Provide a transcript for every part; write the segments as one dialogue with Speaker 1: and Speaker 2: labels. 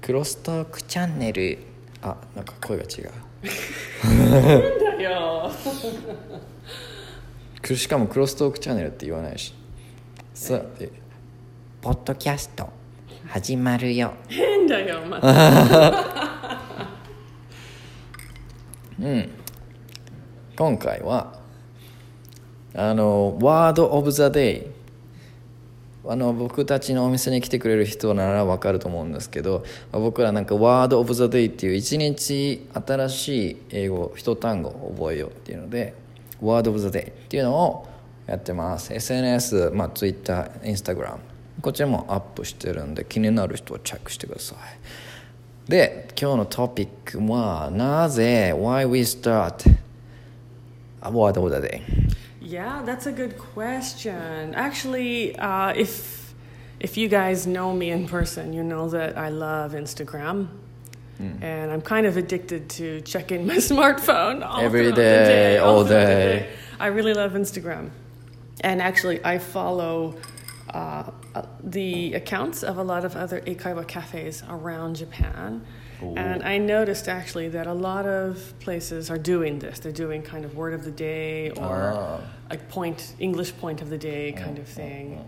Speaker 1: クロストークチャンネルあなんか声が違う
Speaker 2: なんだよ
Speaker 1: くしかもクロストークチャンネルって言わないしさてポッドキャスト始まるよ
Speaker 2: 変だよまた
Speaker 1: 今回はあのワード・オブ・ザ・デイあの僕たちのお店に来てくれる人ならわかると思うんですけど僕らなんかワード・オブ・ザ・デイっていう一日新しい英語一単語を覚えようっていうのでワード・オブ・ザ・デイっていうのをやってます SNS、まあ、Twitter、Instagram こちらもアップしてるんで気になる人はチェックしてくださいで今日のトピックはなぜ Why we start What order they?
Speaker 2: Yeah, that's a good question. Actually, uh, if if you guys know me in person, you know that I love Instagram,
Speaker 1: Hmm.
Speaker 2: and I'm kind of addicted to checking my smartphone all
Speaker 1: Every
Speaker 2: throughout the
Speaker 1: day, all
Speaker 2: throughout the
Speaker 1: day.
Speaker 2: I really love Instagram, and actually, I follow. Uh, uh, the accounts of a lot of other Eikaiwa cafes around Japan. And I noticed actually that a lot of places are doing this. They're doing kind of word of the day or
Speaker 1: Ah.
Speaker 2: a point English point of the day kind of thing.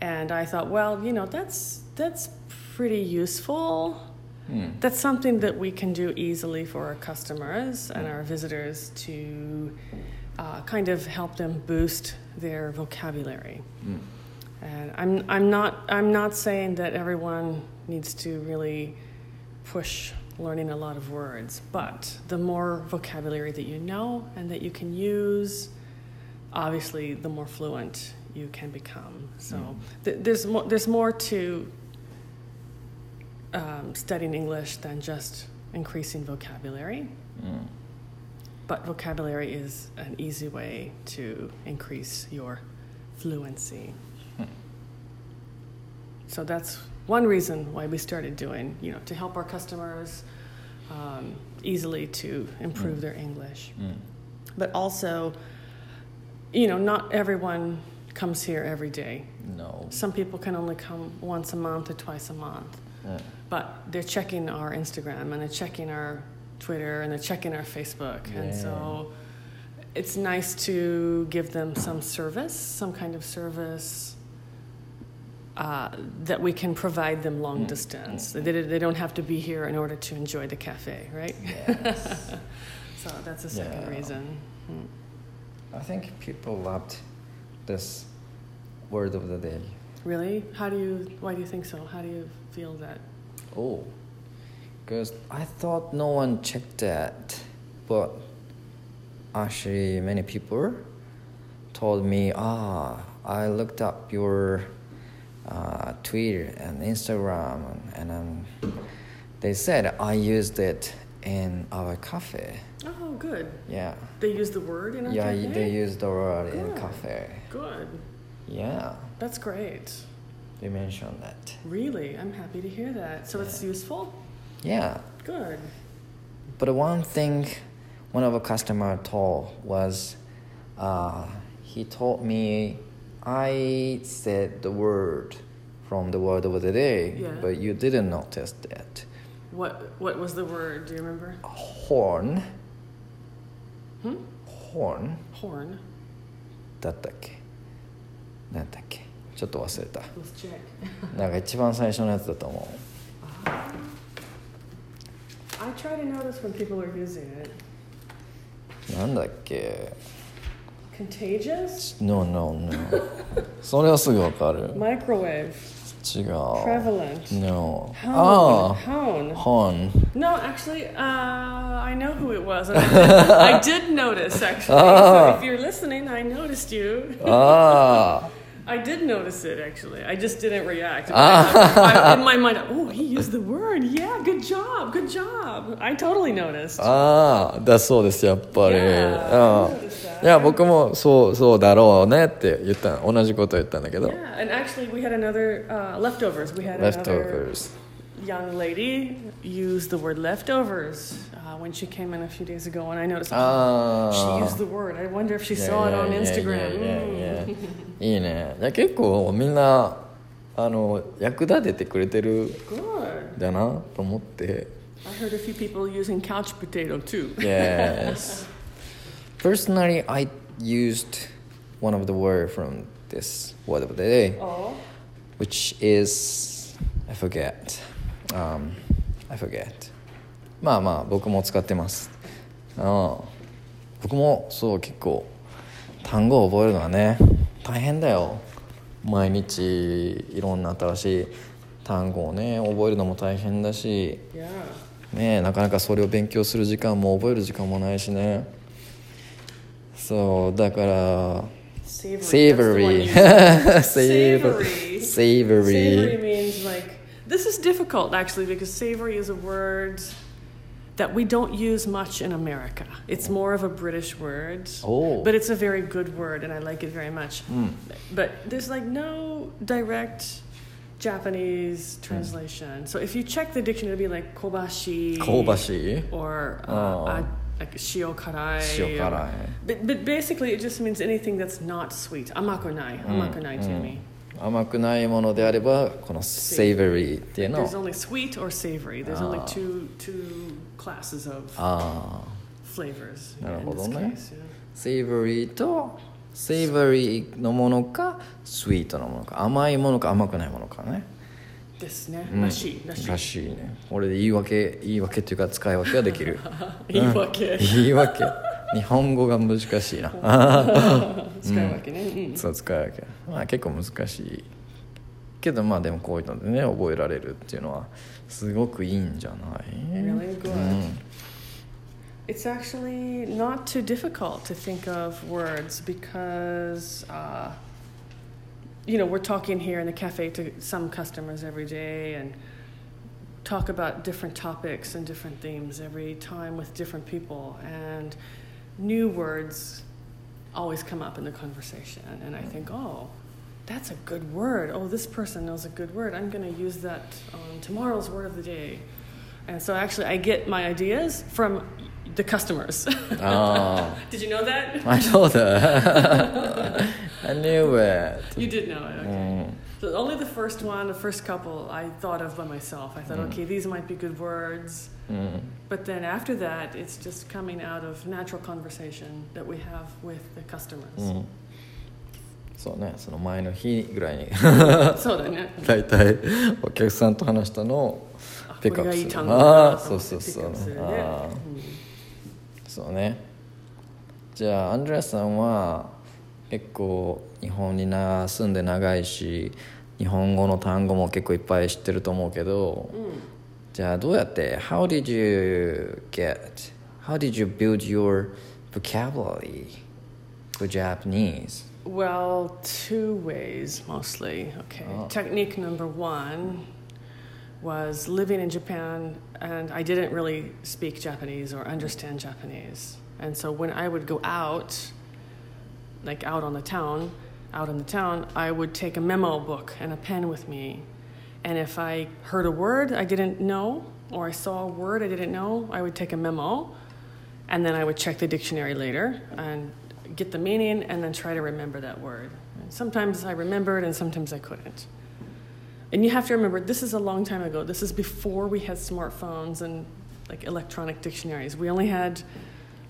Speaker 2: And I thought, well, you know, that's that's pretty useful. That's something that we can do easily for our customers and our visitors to uh, kind of help them boost their vocabulary. And I'm I'm not I'm not saying that everyone needs to really push learning a lot of words, but the more vocabulary that you know and that you can use, obviously, the more fluent you can become. So th- there's more there's more to um, studying English than just increasing vocabulary. But vocabulary is an easy way to increase your fluency. So that's one reason why we started doing, you know, to help our customers um, easily to improve their English.
Speaker 1: Mm.
Speaker 2: But also, you know, not everyone comes here every day.
Speaker 1: No.
Speaker 2: Some people can only come once a month or twice a month.
Speaker 1: Mm.
Speaker 2: But they're checking our Instagram and they're checking our Twitter and they're checking our Facebook. And so it's nice to give them some service, some kind of service uh, that we can provide them
Speaker 1: Mm.
Speaker 2: long distance. They, they don't have to be here in order to enjoy the cafe, right?
Speaker 1: Yes.
Speaker 2: So that's a second
Speaker 1: Yeah.
Speaker 2: reason. Mm.
Speaker 1: I think people loved this word of the day.
Speaker 2: Really? How do you, why do you think so? How do you feel that?
Speaker 1: Oh. Because I thought no one checked that. But actually, many people told me, ah, I looked up your uh, Twitter and Instagram, and um, they said I used it in our cafe.
Speaker 2: Oh, good.
Speaker 1: Yeah.
Speaker 2: They use the word in our
Speaker 1: Yeah,
Speaker 2: cafe?
Speaker 1: they use the word in
Speaker 2: Good.
Speaker 1: cafe.
Speaker 2: Good.
Speaker 1: Yeah,
Speaker 2: That's great.
Speaker 1: they mentioned that.
Speaker 2: Really? I'm happy to hear that. So it's useful?
Speaker 1: Yeah,
Speaker 2: Good.
Speaker 1: but one thing one of our customer told was uh, he told me I said the word from the word of the day,
Speaker 2: Yeah.
Speaker 1: but you didn't notice that.
Speaker 2: What what was the word? Do you remember?
Speaker 1: Horn.
Speaker 2: Hmm?
Speaker 1: Horn
Speaker 2: Horn.
Speaker 1: だったっけなんだっけちょっと忘れた
Speaker 2: Let's check.
Speaker 1: なんか一番最初のやつだと思う
Speaker 2: Ah. I try to notice when people are using it.
Speaker 1: なんだっけ
Speaker 2: Contagious?
Speaker 1: No, no, no それはすぐわかる
Speaker 2: Microwave.
Speaker 1: 違う
Speaker 2: Prevalent.
Speaker 1: No
Speaker 2: Hone.
Speaker 1: あ
Speaker 2: Hone.
Speaker 1: あ本
Speaker 2: No, actually, uh, I know who it was. I did notice, actually. So if you're listening, I noticed you.
Speaker 1: ああ
Speaker 2: I did notice it actually. I just didn't react.
Speaker 1: Ah.
Speaker 2: I, in my mind, oh, he used the word. Yeah, good job, good job. I totally noticed.
Speaker 1: Oh, ああだそうですやっぱり
Speaker 2: Yeah.
Speaker 1: ああいや僕もそうそうだろうねって言ったの同じこと言ったんだけど
Speaker 2: yeah, and actually, we had another uh, leftovers. We had another
Speaker 1: Leftovers
Speaker 2: young lady use the word leftovers uh, when she came in a few days ago, and I noticed
Speaker 1: ああ
Speaker 2: she used the word. I wonder if she
Speaker 1: Ah. Yeah,
Speaker 2: saw it
Speaker 1: yeah,
Speaker 2: on
Speaker 1: yeah,
Speaker 2: Instagram.
Speaker 1: yeah,
Speaker 2: Mm.
Speaker 1: yeah, yeah. いいねいや結構みんなあの役立ててくれてるん
Speaker 2: Hmm. Good.
Speaker 1: だなと思って
Speaker 2: I heard a few people using couch potato too.
Speaker 1: Yes Personally I used one of the word from this word of the day
Speaker 2: Oh.
Speaker 1: which is I forget um, I forget まあまあ僕も使ってますうん僕もそう結構単語を覚えるのはね大変だよ毎日いろんな新しい単語をね覚えるのも大変だしね
Speaker 2: Yeah.
Speaker 1: えなかなかそれを勉強する時間も覚える時間もないしねそうだから Savory.
Speaker 2: Savory. That's the one you
Speaker 1: Savory.
Speaker 2: used. Savory.
Speaker 1: Savory.
Speaker 2: Savory means like this is difficult actually because savory is a word that we don't use much in America. It's more of a British word.
Speaker 1: Oh. Hmm.
Speaker 2: But it's a very good word and I like it very much. But there's like no direct Japanese
Speaker 1: Hmm.
Speaker 2: translation. So if you check the dictionary it'll be like kobashi
Speaker 1: 香ばしい
Speaker 2: or uh,
Speaker 1: Oh.
Speaker 2: a- like shio karai.
Speaker 1: 塩辛い
Speaker 2: But, but basically, it just means anything that's not sweet. Amakonai. Amakonai to me.
Speaker 1: 甘くないものであればこの savory っていうの
Speaker 2: There's only sweet or savory. There's
Speaker 1: Ah.
Speaker 2: only two two classes of
Speaker 1: ああ
Speaker 2: flavors in this
Speaker 1: なるほどね。
Speaker 2: case. yeah.
Speaker 1: savory と savory のものか sweet のものか甘いものか甘くないものかね
Speaker 2: This ne,
Speaker 1: うん
Speaker 2: nashi, Mm. nashi.
Speaker 1: ら しいね俺で言い訳言い訳っていうか使い分けができる
Speaker 2: Iwake.
Speaker 1: 言い訳日本語が難しいな
Speaker 2: Skywake, ne? Mm.
Speaker 1: そう使い分けまあ結構難しいけどまあでもこういうのでね覚えられるっていうのはすごくいいんじゃない
Speaker 2: Really good.
Speaker 1: うん、
Speaker 2: It's actually not too difficult to think of words because, uh, you know, we're talking here in the cafe to some customers every day and talk about different topics and different themes every time with different people. And new words always come up in the conversation. And I think, oh, that's a good word. Oh, this person knows a good word. I'm going to use that on tomorrow's word of the day. And so actually, I get my ideas from the customers.
Speaker 1: あ
Speaker 2: Did you know that?
Speaker 1: あ I know that Mm. I knew it
Speaker 2: You did know it.
Speaker 1: う
Speaker 2: Okay.
Speaker 1: ん
Speaker 2: So only the first one, the first couple, I thought of by myself. I thought,
Speaker 1: Mm.
Speaker 2: okay, these might be good words.
Speaker 1: うん
Speaker 2: But then after that, it's just coming out of natural conversation that we have with the customers.
Speaker 1: うんそうねその前の日ぐらいに
Speaker 2: So then, uh,
Speaker 1: 大体お客さんと話したのをピックアップする
Speaker 2: これがいい単語だ
Speaker 1: あ
Speaker 2: なと思って
Speaker 1: あそうそうそう
Speaker 2: pick upするね。
Speaker 1: ああ
Speaker 2: うん。
Speaker 1: そうねじゃあアンドレアさんは結構日本にな住んで長いし日本語の単語も結構いっぱい知ってると思うけど、じゃあどうやって How did you get How did you build your vocabulary for Japanese?
Speaker 2: Well, two ways mostly. Okay. Technique number one was living in Japan, and I didn't really speak Japanese or understand Japanese. And so when I would go out, like out on the town, out in the town, I would take a memo book and a pen with me. And if I heard a word I didn't know, or I saw a word I didn't know, I would take a memo and then I would check the dictionary later and get the meaning and then try to remember that word. And sometimes I remembered and sometimes I couldn't. And you have to remember, this is a long time ago. This is before we had smartphones and like electronic dictionaries. We only had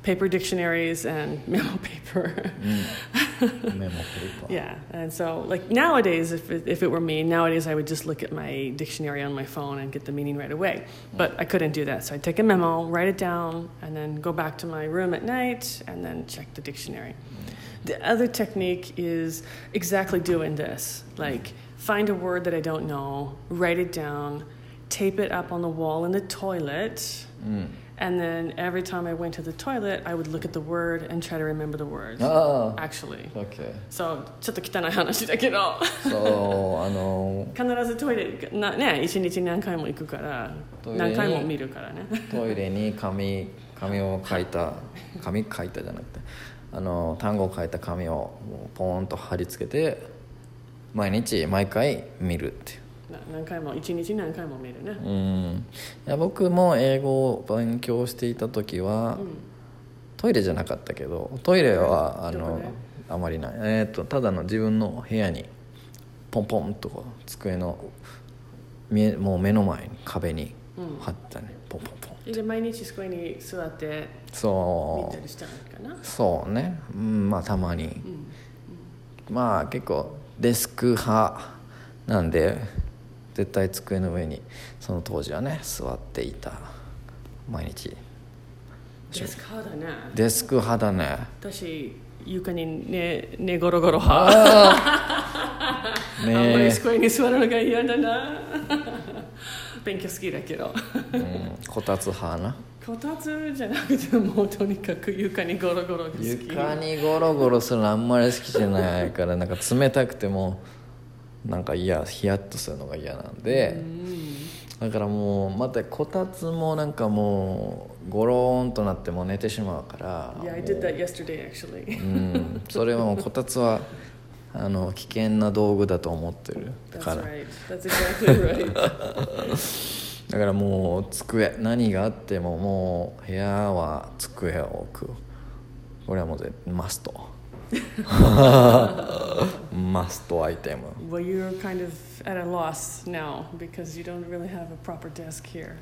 Speaker 2: paper dictionaries and memo paper.
Speaker 1: メモクリップ
Speaker 2: Yeah, and so like nowadays, if it, if it were me, nowadays I would just look at my dictionary on my phone and get the meaning right away. But I couldn't do that, so I'd take a memo, write it down, and then go back to my room at night and then check the dictionary. The other technique is exactly doing this: like find a word that I don't know, write it down, tape it up on the wall in the toilet. And then every time I went to the toilet, I would look at the word and try to remember the word.
Speaker 1: ああ
Speaker 2: Actually.
Speaker 1: OK
Speaker 2: そうちょっと汚い話だけど
Speaker 1: そうあの
Speaker 2: 必ずトイレなね一日何回も行くから
Speaker 1: トイレに
Speaker 2: 何回も見るからね
Speaker 1: トイレに紙紙を書いた紙書いたじゃなくてあの単語を書いた紙をもうポーンと貼り付けて毎日毎回見るっていう
Speaker 2: な何回も一日何回も見るね
Speaker 1: うんいや僕も英語を勉強していた時は、トイレじゃなかったけどトイレはあ
Speaker 2: どこ
Speaker 1: の
Speaker 2: で
Speaker 1: あまりない、えー、とただの自分の部屋にポンポンとこう机の見えもう目の前に壁に貼ったね、ポンポンポン
Speaker 2: で毎日机に座って見
Speaker 1: そ
Speaker 2: た
Speaker 1: う
Speaker 2: りしたのかな
Speaker 1: そうね、うん、まあたまに、
Speaker 2: ん
Speaker 1: まあ結構デスク派なんで絶対机の上にその当時はね座っていた毎日
Speaker 2: デスカーだね
Speaker 1: デスク派だね
Speaker 2: 私床に寝寝ゴロゴロ派あんまり
Speaker 1: ね
Speaker 2: 机に座るのが嫌だな 勉強好きだけど
Speaker 1: え、うん、こたつ派な
Speaker 2: こたつじゃなくてもうとにかく床にゴロゴロが好き
Speaker 1: 床にゴロゴロするのあんまり好きじゃないからなんか冷たくてもなんか嫌ヒヤッとするのが嫌なんで、だからもうまたこたつもなんかもうゴローンとなってもう寝てしまうから
Speaker 2: Yeah, I did that yesterday actually
Speaker 1: うんそれはもうこたつはあの危険な道具だと思ってるだ
Speaker 2: That's
Speaker 1: から、
Speaker 2: right That's exactly right
Speaker 1: だからもう机何があってももう部屋は机を置くこれはもう絶マス トマストアイテム
Speaker 2: Well you're kind of at a loss now because you don't really have a proper desk here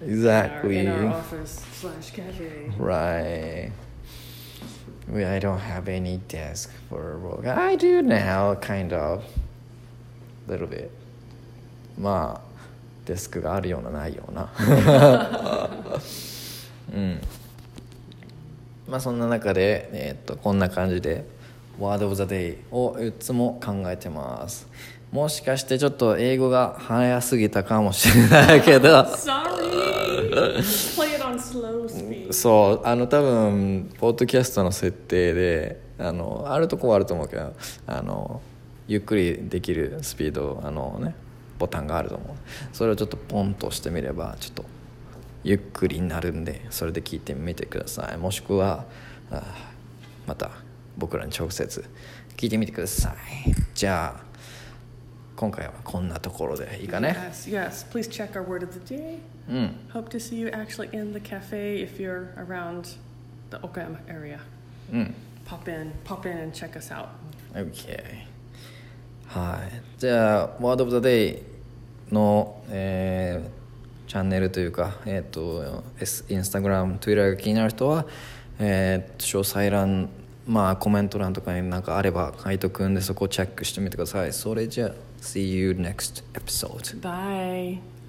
Speaker 2: in our,
Speaker 1: Exactly
Speaker 2: in our office slash cafe
Speaker 1: Right. We, I don't have any desk for work. I do now, kind of. Little bit. まあ、デスクがあるような、ないような。 うん。まあ、そんな中で、えーっと、こんな感じで、ワード・オブ・ザ・デイをいつも考えてます。もしかしてちょっと英語が早すぎたかもしれないけ ど。
Speaker 2: Sorry Play it on slow speed
Speaker 1: そうあの多分ポッドキャストの設定であのあるとこはあると思うけどあのゆっくりできるスピードあのねボタンがあると思うそれをちょっとポンと押してみればちょっとゆっくりになるんでそれで聞いてみてくださいもしくはあまた僕らに直接聞いてみてくださいじゃあ今回はこんなところでいいかね
Speaker 2: Yes, yes. Please check our word of the day.
Speaker 1: うん
Speaker 2: Hope to see you actually in the cafe if you're around the Okayama area.
Speaker 1: うん
Speaker 2: Pop in, pop in and check us out.
Speaker 1: OK はいじゃあ「ワード・オブ・ザ・デイ」の、えーチャンネルというか、えー、と S インスタグラム Twitter が気になる人は、えー詳細欄まあコメント欄とかになんかあれば書いとくんでそこをチェックしてみてくださいそれじゃあ See you next episode
Speaker 2: Bye.